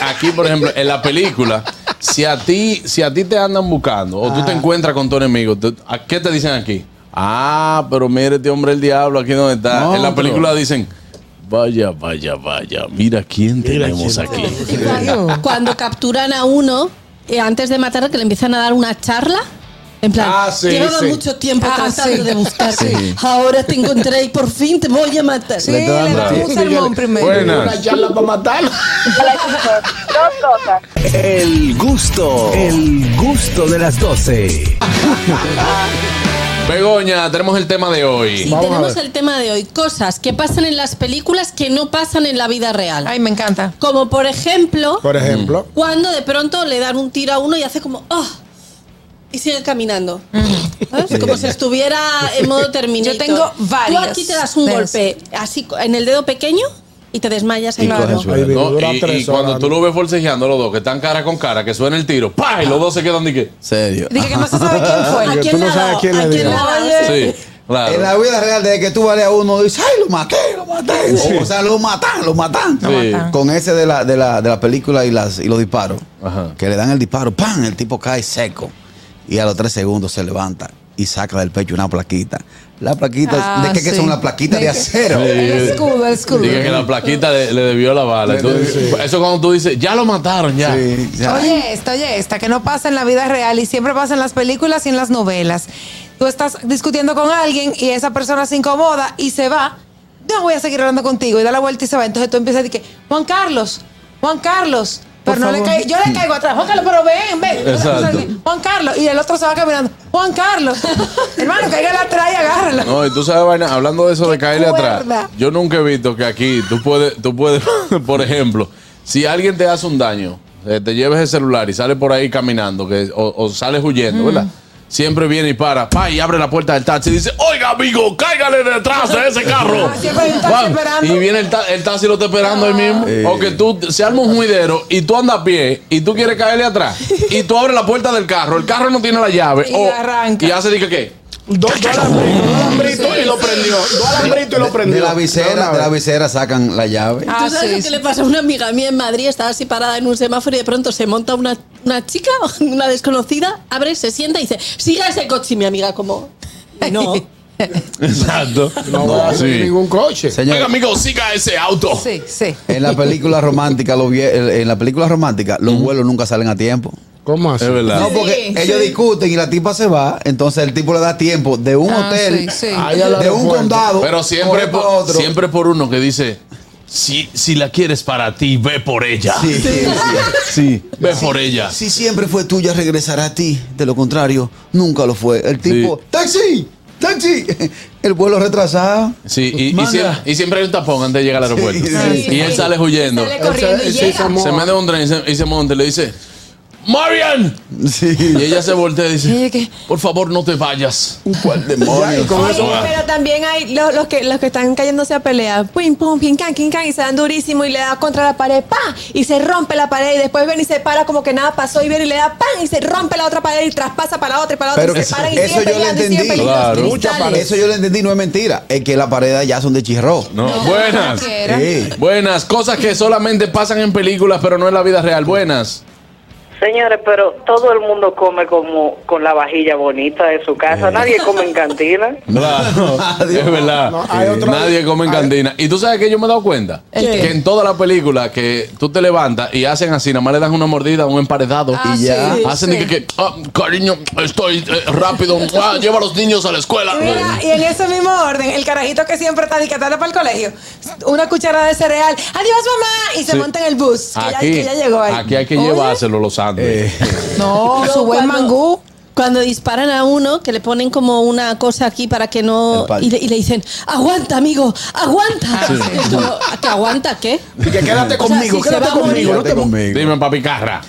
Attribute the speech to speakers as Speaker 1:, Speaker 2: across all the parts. Speaker 1: aquí, por ejemplo, en la película, si a ti, si a ti te andan buscando o tú te encuentras con tu enemigo, tú- ¿a qué te dicen aquí? Ah, pero mire este hombre el diablo aquí donde está. en la
Speaker 2: Monstruo.
Speaker 1: película dicen, vaya, vaya, vaya, mira quién tenemos aquí.
Speaker 3: Y cuando, cuando capturan a uno, eh, antes de matarlo, que le empiezan a dar una charla. En plan,
Speaker 1: Ah, sí,
Speaker 3: llevaba
Speaker 1: sí.
Speaker 3: mucho tiempo
Speaker 4: Ah,
Speaker 3: tratando
Speaker 4: sí.
Speaker 3: de buscarte.
Speaker 1: Sí.
Speaker 3: Ahora te encontré y por fin te voy a matar.
Speaker 4: Sí, le
Speaker 3: Ah.
Speaker 4: damos un sermón primero.
Speaker 1: Buenas.
Speaker 2: charla para matarlo.
Speaker 5: Dos cosas.
Speaker 6: El gusto, el gusto de las 12.
Speaker 1: Begoña, tenemos el tema de hoy.
Speaker 3: Y tenemos el tema de hoy, cosas que pasan en las películas que no pasan en la vida real.
Speaker 4: Ay, me encanta.
Speaker 3: Como por ejemplo,
Speaker 2: Por ejemplo.
Speaker 3: cuando de pronto le dan un tiro a uno y hace como ¡oh! y sigue caminando. ¿Sabes? Como si estuviera en modo terminator.
Speaker 4: Yo tengo varias
Speaker 3: Tú aquí te das un
Speaker 4: de
Speaker 3: golpe así co- en el dedo pequeño y te desmayas
Speaker 1: Y
Speaker 3: en
Speaker 4: Claro.
Speaker 1: coge
Speaker 4: cogen
Speaker 1: suelo.
Speaker 2: Ay,
Speaker 1: Mm. No,
Speaker 2: dura
Speaker 1: y- y
Speaker 2: tres
Speaker 1: cuando
Speaker 2: horas,
Speaker 1: tú
Speaker 2: ¿no?
Speaker 1: lo ves forcejeando los dos, que están cara con cara, que suena el tiro, ¡pah! Y los dos se quedan de que. Serio.
Speaker 4: Dije que no se sabe quién
Speaker 3: ¿A
Speaker 4: fue.
Speaker 2: Yo-
Speaker 3: quién
Speaker 2: tú
Speaker 3: le
Speaker 2: no
Speaker 3: ha
Speaker 2: sabes
Speaker 3: dado?
Speaker 2: quién le
Speaker 3: ¿A quién
Speaker 2: dio.
Speaker 3: le ha dado?
Speaker 1: Sí,
Speaker 7: En
Speaker 1: Ah, claro.
Speaker 7: la vida real, desde que tú vales a uno, dices, ay, lo maté, lo maté. O sea, lo matan, lo matan.
Speaker 1: Sí.
Speaker 7: Con ese de la, de la, de la película y, las, y los disparos,
Speaker 1: Ajá.
Speaker 7: que le dan el disparo, ¡pam! El tipo cae seco. Y a los tres segundos se levanta y saca del pecho una plaquita. La plaquita,
Speaker 4: Ah,
Speaker 7: ¿de qué que
Speaker 4: sí.
Speaker 7: son las plaquitas de
Speaker 4: ¿De qué?
Speaker 7: acero?
Speaker 4: El escudo, el escudo.
Speaker 1: Dije que la plaquita le, le debió la bala. Entonces, Eso cuando tú dices, ya lo mataron, ya.
Speaker 7: Sí, ya.
Speaker 4: Oye, esta, oye, esta, que no pasa en la vida real y siempre pasa en las películas y en las novelas. Tú estás discutiendo con alguien y esa persona se incomoda y se va. No voy a seguir hablando contigo y da la vuelta y se va. Entonces tú empiezas a decir que, Juan Carlos, Juan Carlos. Por Pero no le favor. caigo, yo le caigo atrás, Juan Carlos, pero ven, ven.
Speaker 1: Exacto.
Speaker 4: Juan Carlos. Y el otro se va caminando, Juan Carlos. Hermano, cáigale atrás y agárralo.
Speaker 1: No, y tú sabes, vaina, hablando de eso de
Speaker 4: Qué
Speaker 1: caerle atrás,
Speaker 4: cuerda.
Speaker 1: yo nunca he visto que aquí tú puedes, tú puedes, por ejemplo, si alguien te hace un daño, eh, te lleves el celular y sales por ahí caminando que, o, o sales huyendo, ¿verdad? Siempre viene y para, pa, y abre la puerta del taxi y dice, oiga amigo, cáigale detrás de ese carro.
Speaker 4: Ah, siempre hay un taxi
Speaker 1: Van,
Speaker 4: esperando.
Speaker 1: y viene el, ta- el taxi lo está esperando ahí mismo.
Speaker 7: Ah.
Speaker 1: O que tú se arma un juidero y tú andas a pie y tú quieres caerle atrás. y tú abres la puerta del carro, el carro no tiene la llave.
Speaker 4: Y
Speaker 1: o,
Speaker 4: arranca.
Speaker 1: Y hace dique qué.
Speaker 2: Dos dos alambritos, dos alambritos y lo prendió. Dos alambritos y lo
Speaker 7: De,
Speaker 2: prendió.
Speaker 7: la visera,
Speaker 2: una
Speaker 7: de la
Speaker 2: vez.
Speaker 7: visera sacan la llave.
Speaker 4: Ah,
Speaker 3: ¿Tú sabes
Speaker 4: sí,
Speaker 3: lo que
Speaker 4: sí.
Speaker 3: le pasó a una amiga mía en Madrid? Estaba así parada en un semáforo y de pronto se monta una, una chica, una desconocida, abre, se sienta y dice, siga ese coche, Y mi amiga, como... No.
Speaker 1: Exacto.
Speaker 2: No,
Speaker 1: No,
Speaker 2: va a subir
Speaker 1: sí.
Speaker 2: ningún coche.
Speaker 7: Señor,
Speaker 1: Oiga, amigo, siga ese auto.
Speaker 4: Sí, sí.
Speaker 7: en la película romántica, los vie- en la película romántica, los vuelos nunca salen a tiempo.
Speaker 2: ¿Cómo así?
Speaker 1: Es verdad.
Speaker 7: No, porque ellos discuten y la tipa se va, entonces el tipo le da tiempo de un
Speaker 4: Ah,
Speaker 7: hotel,
Speaker 4: sí, sí.
Speaker 2: Ahí al
Speaker 7: de un
Speaker 2: aeropuerto.
Speaker 7: condado,
Speaker 1: Pero siempre
Speaker 7: corre pa'
Speaker 1: por, siempre por uno que dice, si, si la quieres para ti, ve por ella.
Speaker 7: Sí, sí, sí.
Speaker 1: Ve por ella.
Speaker 7: Si siempre fue tuya, regresará a ti. De lo contrario, nunca lo fue. El tipo,
Speaker 1: Sí.
Speaker 7: ¡taxi! ¡taxi! El vuelo retrasado.
Speaker 1: Sí, y, y
Speaker 7: Manda.
Speaker 1: siem- y siempre hay un tapón antes de llegar al aeropuerto.
Speaker 7: Sí,
Speaker 1: y él sale huyendo.
Speaker 4: Sale corriendo y
Speaker 2: Ese- ese
Speaker 4: llega.
Speaker 2: Samoa.
Speaker 1: Se mete un tren y se, y se monta y le dice, Marian.
Speaker 7: Sí.
Speaker 1: Y ella se voltea y
Speaker 4: Y ella
Speaker 1: dice,
Speaker 4: que-
Speaker 1: por favor, no te vayas.
Speaker 7: ¿Cuál demonio?
Speaker 2: Ya, y con
Speaker 5: Oye,
Speaker 2: eso va.
Speaker 5: pero también hay los, los que, los que están cayéndose a pelea. Pim, pum, pim, can, quin, can, y se dan durísimo y le da contra la pared, ¡pam! Y se rompe la pared y después ven y se para como que nada pasó y viene y le da ¡pam! Y se rompe la otra pared y traspasa para la otra y para la otra
Speaker 7: Pero
Speaker 5: y se
Speaker 7: eso,
Speaker 5: paran y
Speaker 7: eso
Speaker 5: siguen
Speaker 7: yo lo
Speaker 5: peleando y siguen
Speaker 7: entendí.
Speaker 5: peleando.
Speaker 1: Claro.
Speaker 2: Mucha pared.
Speaker 7: Eso yo lo entendí, no es mentira. Es que las paredes ya son de chirro.
Speaker 1: No. Buenas.
Speaker 4: Cualquiera.
Speaker 7: Sí.
Speaker 1: Buenas. Cosas que solamente pasan en películas, pero no en la vida real. Buenas.
Speaker 8: Señores, pero todo el mundo come como con la vajilla bonita de su casa. Nadie come en cantina.
Speaker 1: Claro, es verdad.
Speaker 2: No, hay
Speaker 1: Eh,
Speaker 2: otro-
Speaker 1: Nadie come en
Speaker 2: hay-
Speaker 1: cantina. Y tú sabes que yo me he dado cuenta
Speaker 3: ¿El qué?
Speaker 1: que en toda la película que tú te levantas y hacen así, nada más le dan una mordida, un emparedado
Speaker 4: Ah,
Speaker 1: y ya.
Speaker 4: sí,
Speaker 1: hacen
Speaker 4: sí.
Speaker 1: de que, que, "Ah, cariño, estoy eh, rápido, Ah, lleva a los niños a la escuela.
Speaker 4: Mira, y en ese mismo orden, el carajito que siempre está dicatando para el colegio, una cucharada de cereal, adiós mamá, y se
Speaker 1: Sí.
Speaker 4: monta en el bus, que, ya,
Speaker 1: Aquí,
Speaker 4: que ya llegó ahí.
Speaker 1: aquí hay que
Speaker 4: Oye,
Speaker 1: llevárselo los
Speaker 7: Eh,
Speaker 2: Eh,
Speaker 1: sándwiches.
Speaker 4: No,
Speaker 3: Pero
Speaker 4: su buen
Speaker 3: cuando-
Speaker 4: mangú.
Speaker 3: Cuando disparan a uno, que le ponen como una cosa aquí para que
Speaker 7: El
Speaker 3: no.
Speaker 7: palo.
Speaker 3: Y le, y le dicen, aguanta, amigo,
Speaker 1: Ah,
Speaker 3: aguanta.
Speaker 4: Sí.
Speaker 3: Es como, ¿Que aguanta qué?
Speaker 2: Y que quédate
Speaker 3: O sea,
Speaker 2: conmigo,
Speaker 3: si se
Speaker 2: quédate
Speaker 3: va a morir-
Speaker 2: conmigo. no te
Speaker 7: Quédate conmigo.
Speaker 1: Dime, papi Carra.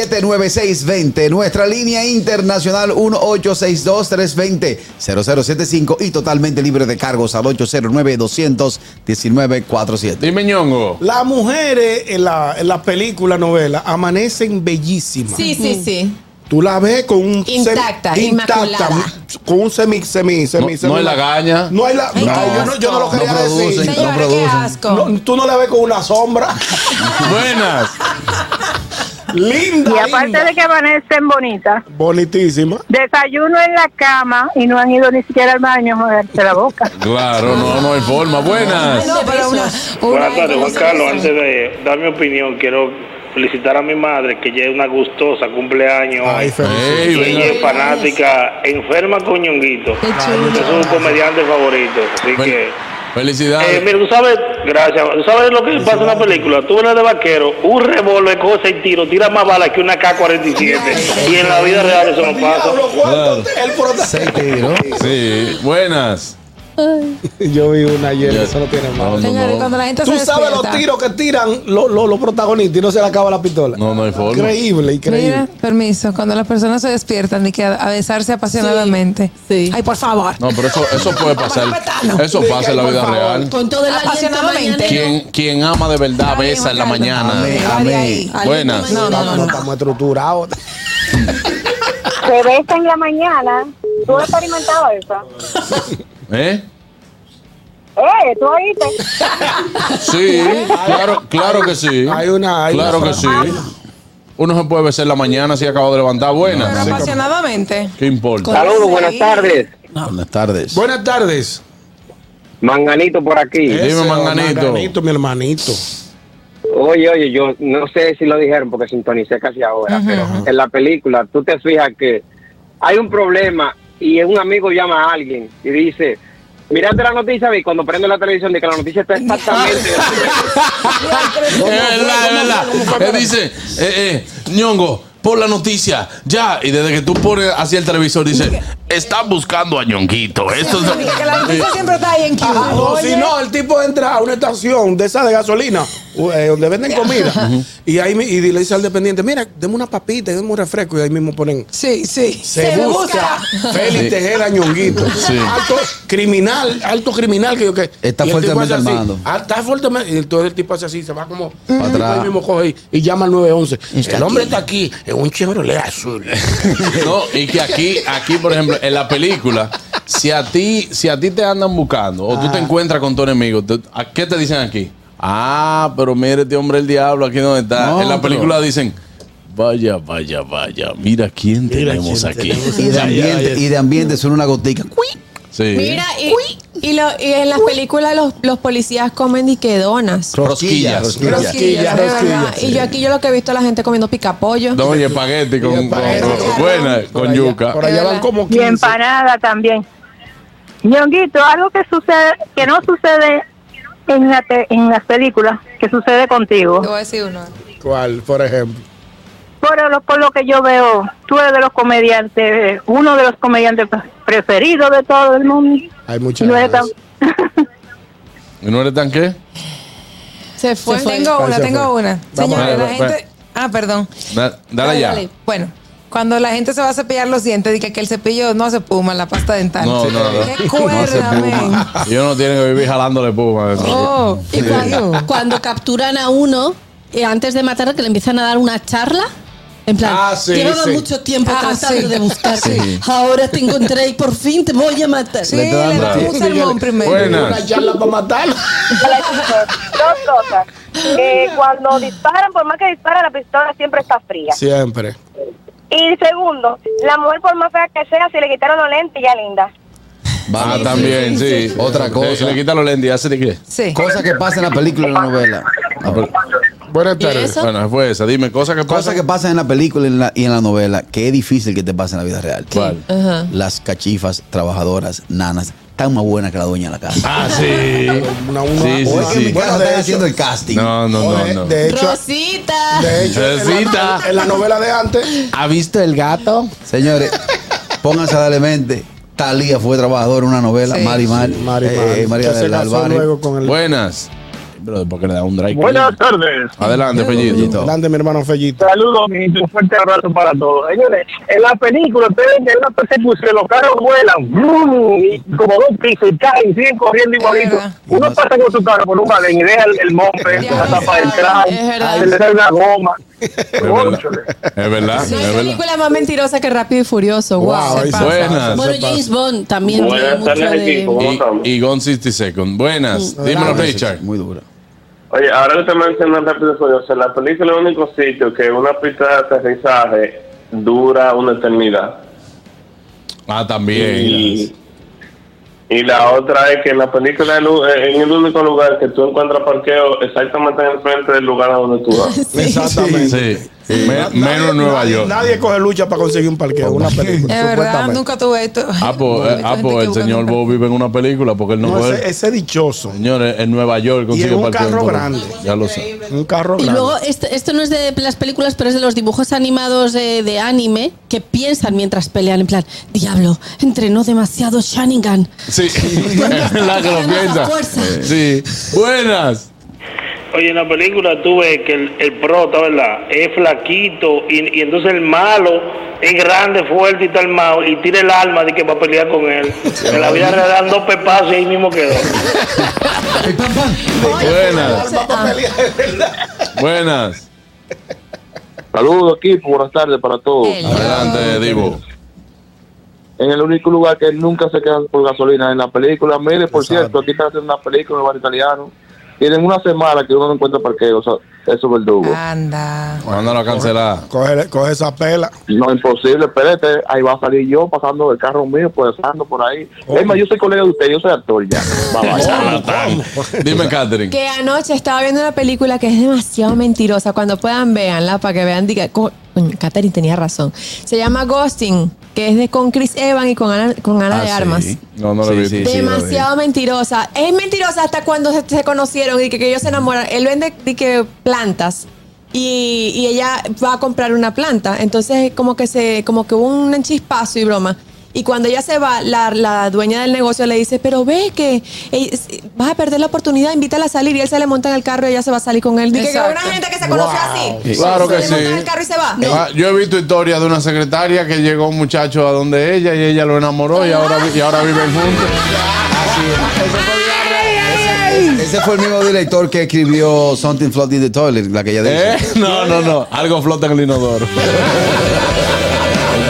Speaker 7: 829-947-9620. Nuestra línea internacional 1862-320-0075 y totalmente libre de cargos al 809-219-47.
Speaker 1: Dime, ñongo.
Speaker 2: Las
Speaker 4: Mm.
Speaker 2: mujeres en la, en la película, novela, amanecen bellísimas.
Speaker 4: sí, sí.
Speaker 2: Tú la ves con un semi-
Speaker 9: Intacta, inmaculada.
Speaker 2: con un semi semi semi
Speaker 1: No- no hay lagaña.
Speaker 2: No hay la
Speaker 4: Ay,
Speaker 2: no,
Speaker 4: qué
Speaker 2: yo, no, yo no lo
Speaker 7: asco.
Speaker 2: quería
Speaker 7: No producen.
Speaker 2: decir.
Speaker 4: Señores, qué
Speaker 7: producen.
Speaker 4: asco.
Speaker 2: No, tú no la ves con una sombra
Speaker 1: Buenas.
Speaker 2: linda,
Speaker 8: Y aparte
Speaker 2: linda.
Speaker 8: de que amanecen bonitas,
Speaker 2: bonitísima.
Speaker 8: desayuno en la cama y no han ido ni siquiera al baño a moverse la boca.
Speaker 1: Claro, no, no hay forma. Buenas.
Speaker 4: No, pero una, una-
Speaker 10: Buenas tardes, Juan
Speaker 4: una-
Speaker 10: Carlos. Antes de dar mi opinión, quiero felicitar a mi madre, que ya es una gustosa, cumpleaños.
Speaker 2: Ay, feliz.
Speaker 1: Ey,
Speaker 10: ella
Speaker 1: venga.
Speaker 10: es fanática, enferma con Ñonguito.
Speaker 4: Qué
Speaker 10: Es
Speaker 4: chulo.
Speaker 10: un comediante favorito. Así que.
Speaker 1: Fel- Felicidades.
Speaker 10: Eh, mira, tú sabes, gracias. Tú sabes lo que pasa en la película. Tú eres de vaquero, un revólver, cosa y tiro, tira más balas que una K-47. Y en la vida real eso no pasa.
Speaker 2: Diablo, ¿cuánto el prota-
Speaker 7: Seis tiros.
Speaker 1: Sí, buenas.
Speaker 2: Yo vi una ayer,
Speaker 1: Ya.
Speaker 2: eso no tiene más.
Speaker 1: No,
Speaker 4: Señores,
Speaker 1: no,
Speaker 4: cuando
Speaker 1: no.
Speaker 4: la gente
Speaker 2: Tú
Speaker 4: se
Speaker 2: sabes los
Speaker 4: despierta-
Speaker 2: tiros que tiran los los- los protagonistas y no se le acaba la pistola.
Speaker 1: No, no hay forma.
Speaker 2: Increíble, increíble.
Speaker 4: Mira, permiso, cuando las personas se despiertan y que a, a besarse apasionadamente.
Speaker 3: Sí, sí.
Speaker 4: Ay, por favor.
Speaker 1: No, pero eso, eso puede pasar. Eso pasa en la vida real.
Speaker 3: Con todo el aliento
Speaker 4: Apasionadamente.
Speaker 3: mañanero.
Speaker 1: Quien, quien ama de verdad besa en la mañana.
Speaker 7: Amén,
Speaker 4: Va de ahí.
Speaker 7: amén.
Speaker 1: Buenas.
Speaker 4: No, no, no, no.
Speaker 2: Estamos estructurados.
Speaker 8: Se besa en la mañana. ¿Tú has experimentado eso?
Speaker 1: ¿Eh?
Speaker 8: Eh, tú oíste.
Speaker 1: Sí, claro, claro que sí.
Speaker 2: Hay una- hay
Speaker 1: Claro
Speaker 2: una
Speaker 1: que sí.
Speaker 2: Ah.
Speaker 1: Uno se puede besar en la mañana si acabo de levantar.
Speaker 4: Pero
Speaker 1: Buenas.
Speaker 4: apasionadamente.
Speaker 1: ¿Qué importa?
Speaker 10: Saludos, buenas tardes.
Speaker 7: Buenas tardes.
Speaker 2: Buenas tardes.
Speaker 10: Manganito por aquí.
Speaker 1: Dime,
Speaker 2: Ese,
Speaker 1: Manganito.
Speaker 2: Manganito, mi hermanito.
Speaker 10: Oye, oye, yo no sé si lo dijeron porque sintonicé casi ahora, pero en la película tú te fijas que hay un problema y un amigo llama a alguien y dice, mirate la noticia y cuando prende la televisión de que la noticia está exactamente...
Speaker 1: Es verdad, es verdad. Eh, dice, eh, eh, ñongo, pon la noticia, ya. Y desde que tú pones hacia el televisor, dice, están buscando a ñonguito. Esto es-
Speaker 4: Que la noticia siempre está ahí en Q.
Speaker 1: Ah,
Speaker 2: O si no, el tipo entra a una estación de esa de gasolina, u- eh, donde venden comida, y ahí mi- y le dice al dependiente, mira, deme una papita, y deme un refresco, y ahí mismo ponen,
Speaker 4: Sí, sí.
Speaker 2: se, busca, Félix
Speaker 1: Sí.
Speaker 2: Tejera Ñonguito.
Speaker 1: Sí.
Speaker 2: Alto criminal, alto criminal que yo que.
Speaker 7: Está
Speaker 2: y el tipo hace
Speaker 7: fuertemente
Speaker 2: así,
Speaker 7: armado.
Speaker 2: ah, está fuertemente. Y entonces el tipo hace así, se va como.
Speaker 7: Para atrás.
Speaker 2: Él mismo coge y, y llama al 911. el hombre está aquí, en un Chevrolet azul.
Speaker 1: No, y que aquí, aquí, por ejemplo, en la película, si a ti, si a ti te andan buscando o
Speaker 2: Ah.
Speaker 1: tú te encuentras con tu enemigo, tú- ¿a qué te dicen aquí? Ah, pero mire este hombre el diablo, aquí donde está.
Speaker 7: No,
Speaker 1: en la
Speaker 7: pero-
Speaker 1: película dicen, vaya, vaya, vaya, mira quién tenemos
Speaker 2: quién
Speaker 1: aquí.
Speaker 2: tenemos.
Speaker 7: Y de
Speaker 2: Ya, ya,
Speaker 7: ambiente,
Speaker 2: ya.
Speaker 7: y de ambiente son una gotica. ¡Cuic!
Speaker 1: Sí.
Speaker 5: Mira, y, y lo- y en las películas los, los policías comen dique donas.
Speaker 1: Rosquillas.
Speaker 2: Rosquilla,
Speaker 5: de verdad.
Speaker 2: rosquilla.
Speaker 5: Y yo aquí yo lo que he visto a la gente comiendo picapollo.
Speaker 1: No, y espagueti con, con- con- buena,
Speaker 2: Por
Speaker 1: con
Speaker 2: allá-
Speaker 1: yuca.
Speaker 2: Por allá van como
Speaker 8: Y
Speaker 2: 15.
Speaker 8: empanada también. Ñonguito, algo que sucede, que no sucede en, la te- en las películas, que sucede contigo.
Speaker 4: Te voy a decir uno.
Speaker 2: ¿Cuál, por ejemplo?
Speaker 8: Por lo, por lo que yo veo, tú eres de los comediantes, uno de los comediantes preferidos de todo el mundo.
Speaker 2: Hay muchas.
Speaker 8: No eres tan-
Speaker 1: ¿Y no eres tan qué?
Speaker 5: Se fue.
Speaker 4: Tengo una,
Speaker 2: se
Speaker 4: tengo
Speaker 2: fue.
Speaker 4: una.
Speaker 2: Vamos
Speaker 1: a
Speaker 4: Señores,
Speaker 1: ver,
Speaker 4: la
Speaker 1: espera.
Speaker 4: gente. Ah, perdón.
Speaker 1: Da- dale ya.
Speaker 4: Bueno, cuando la gente se va a cepillar los dientes, dice que el cepillo no hace puma, la pasta dental.
Speaker 1: No, no, no.
Speaker 7: No hace
Speaker 4: Recuérdame.
Speaker 7: puma.
Speaker 1: Ellos no tienen que vivir jalándole puma.
Speaker 4: Oh,
Speaker 3: Y cuando, cuando capturan a uno, eh, antes de matarlo, que le empiezan a dar una charla. En plan,
Speaker 2: Ah, sí,
Speaker 3: llevaba
Speaker 2: sí.
Speaker 3: mucho tiempo
Speaker 4: Ah,
Speaker 3: tratando
Speaker 4: sí.
Speaker 3: de buscarte.
Speaker 1: Sí.
Speaker 3: Ahora te encontré y por fin te voy a matar.
Speaker 4: Sí, le da
Speaker 1: dando-
Speaker 4: un salmón primero.
Speaker 2: Una
Speaker 1: Buenas.
Speaker 2: charla para matarlo.
Speaker 8: Dos cosas. Que cuando disparan, por más que dispara, la pistola siempre está fría.
Speaker 2: Siempre.
Speaker 8: Y segundo, la mujer, por más fea que sea, si le quitaron los lentes, ya linda.
Speaker 1: Ah,
Speaker 7: Vamos.
Speaker 1: también, sí.
Speaker 2: Eh,
Speaker 7: Otra cosa.
Speaker 1: Le, le quita los lentes y hace de qué.
Speaker 4: Sí.
Speaker 7: Cosa que pasa en la película y en la novela.
Speaker 1: Ah, pero-
Speaker 2: Buenas
Speaker 3: ¿Y
Speaker 2: tardes.
Speaker 3: eso?
Speaker 1: Bueno, fue esa. Dime, cosas que
Speaker 7: Cosa
Speaker 1: pasan.
Speaker 7: que pasa en la película y en la, y en la novela, que es difícil que te pase en la vida real.
Speaker 1: ¿Cuál?
Speaker 7: Las cachifas, trabajadoras, nanas, tan más buenas que la dueña de la casa.
Speaker 1: Ah, sí.
Speaker 2: Una, una,
Speaker 1: Sí, sí,
Speaker 2: una-
Speaker 1: sí.
Speaker 7: Bueno,
Speaker 2: Bueno,
Speaker 7: están
Speaker 2: de hecho,
Speaker 7: haciendo el casting.
Speaker 1: No, no, no,
Speaker 2: de,
Speaker 1: no.
Speaker 2: de hecho,
Speaker 3: Rosita.
Speaker 2: de hecho, en, la,
Speaker 1: Rosita.
Speaker 2: en la novela de antes,
Speaker 1: ¿Ha visto el gato?
Speaker 7: Señores, pónganse a darle mente. Talía fue trabajadora en una novela,
Speaker 4: Sí.
Speaker 7: Mari Mar,
Speaker 2: Mari
Speaker 7: eh,
Speaker 2: Mar,
Speaker 7: María
Speaker 2: que se
Speaker 7: del
Speaker 2: casó
Speaker 7: Albarrio.
Speaker 2: luego con el
Speaker 1: Buenas. Pero ¿por qué le da un drive?
Speaker 10: tardes.
Speaker 1: Adelante, Pellito.
Speaker 2: grande mi hermano Fellito.
Speaker 10: Saludos, mi gente. Un fuerte abrazo para todos. Señores, en la película ustedes ven que en una persecución los carros vuelan ¡vrum! y como dos pisos y caen y siguen corriendo igualito.
Speaker 4: verdad.
Speaker 10: Uno pasa con su carro por un balén y deja el, el monte,
Speaker 4: Ya
Speaker 10: la
Speaker 4: lo
Speaker 10: tapa del
Speaker 4: saben,
Speaker 10: traje,
Speaker 4: es verdad.
Speaker 10: se le da una goma.
Speaker 1: Es verdad, es verdad.
Speaker 3: No hay
Speaker 1: es verdad.
Speaker 3: película más mentirosa que Rápido y Furioso. Wow,
Speaker 1: Wow,
Speaker 3: se
Speaker 1: ahí
Speaker 3: pasa.
Speaker 1: Buenas.
Speaker 11: Bueno,
Speaker 1: se
Speaker 11: James
Speaker 1: pasa.
Speaker 11: Bond también tiene
Speaker 10: Buenas
Speaker 11: mucho
Speaker 10: tardes,
Speaker 11: de...
Speaker 10: equipo. ¿Cómo estamos?
Speaker 1: Y, y Gone 60 Seconds. Buenas.
Speaker 11: Mm.
Speaker 1: Dímelo,
Speaker 11: Claro.
Speaker 1: Richard.
Speaker 7: Muy dura.
Speaker 10: Oye, ahora que te mencionas rápido y furioso, la película es el único sitio que una pista de aterrizaje dura una eternidad.
Speaker 1: Ah, también.
Speaker 10: Y, y la otra es que en la película es el u- es el único lugar que tú encuentras parqueo exactamente en el frente del lugar a donde tú vas.
Speaker 1: Exactamente. Me- menos Nueva
Speaker 2: Nadie-
Speaker 1: York.
Speaker 2: Nadie coge lucha para conseguir un parqueo, una película.
Speaker 4: Es verdad,
Speaker 2: supuestamente.
Speaker 4: nunca tuve esto.
Speaker 1: Ah, pues, eh, ah, pues, el señor Bob vive en una película porque él no, eh.
Speaker 2: No,
Speaker 1: puede.
Speaker 2: ese, ese dichoso.
Speaker 1: Señores, en Nueva York consigue
Speaker 2: un
Speaker 1: parqueo
Speaker 2: carro
Speaker 1: por-
Speaker 2: grande.
Speaker 1: Ya lo sé.
Speaker 2: Un carro
Speaker 11: Y
Speaker 2: grande.
Speaker 11: luego, este- esto no es de las películas, pero es de los dibujos animados eh, de anime que piensan mientras pelean. En plan, diablo, entrenó demasiado Sharingan.
Speaker 1: Sí, es la que lo piensa.
Speaker 11: Fuerza.
Speaker 1: Sí. Buenas.
Speaker 10: Oye, en la película tú ves que el, el prota, ¿verdad? Es flaquito y, y entonces el malo es grande, fuerte y tal mal y tira el alma de que va a pelear con él. En la vida real dan dos pepazos y ahí mismo quedó.
Speaker 1: Buenas.
Speaker 3: ah.
Speaker 1: Buenas.
Speaker 8: Saludos equipo, buenas tardes para todos.
Speaker 1: Adelante, Divo.
Speaker 8: En el único lugar que nunca se quedan por gasolina en la película. Mire, por cierto, aquí están haciendo una película en el bar italiano. Tienen una semana que uno no encuentra parqueo, o sea, eso es verdugo.
Speaker 4: Anda.
Speaker 1: Mándalo a cancelar.
Speaker 2: Coge, coge esa pela.
Speaker 8: No, imposible, espérate, ahí va a salir yo pasando del carro mío, pues pasando por ahí. Es más, yo soy colega de usted, yo soy actor ya. Bye, bye.
Speaker 1: Charlatán. Dime, Catherine.
Speaker 3: Que anoche estaba viendo una película que es demasiado mentirosa. Cuando puedan, véanla para que vean. Diga, co- coño, Katherine tenía razón. Se llama Ghosting, que es de con Chris Evans y con Ana, con
Speaker 1: Ah,
Speaker 3: Ana de Armas.
Speaker 1: No, no lo he visto.
Speaker 3: Demasiado mentirosa. Es mentirosa hasta cuando se, se conocieron y que, que ellos se enamoran. Él vende di que plantas y, y ella va a comprar una planta. Entonces como que se, como que hubo un chispazo y broma. Y cuando ella se va, la, la dueña del negocio le dice, pero ve que eh, s- vas a perder la oportunidad, invítala a salir. Y él se le monta en el carro y ella se va a salir con él. Dice que
Speaker 4: Exacto.
Speaker 3: una gente que se conoce así.
Speaker 1: Claro que
Speaker 3: Se le monta en
Speaker 1: sí.
Speaker 3: el carro y se va.
Speaker 1: Ah, Yo he visto historias de una secretaria que llegó un muchacho a donde ella y ella lo enamoró y ahora, vi- y ahora viven juntos.
Speaker 7: Ese fue el mismo director que escribió Something Floating in the Toilet, la que ya
Speaker 1: ¿Eh?
Speaker 7: dice.
Speaker 1: No, no, no. Algo flota en el inodoro.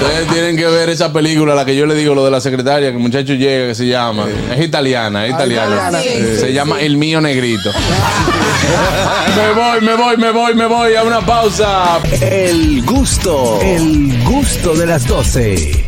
Speaker 1: Ustedes tienen que ver esa película, la que yo le digo, lo de la secretaria, que el muchacho llega, que se llama. Es italiana, es Ah, italiana.
Speaker 2: italiana, sí,
Speaker 1: Se
Speaker 2: sí,
Speaker 1: llama El Mío Negrito. me voy, me voy, me voy, me voy a una pausa.
Speaker 6: El gusto, el gusto de las 12.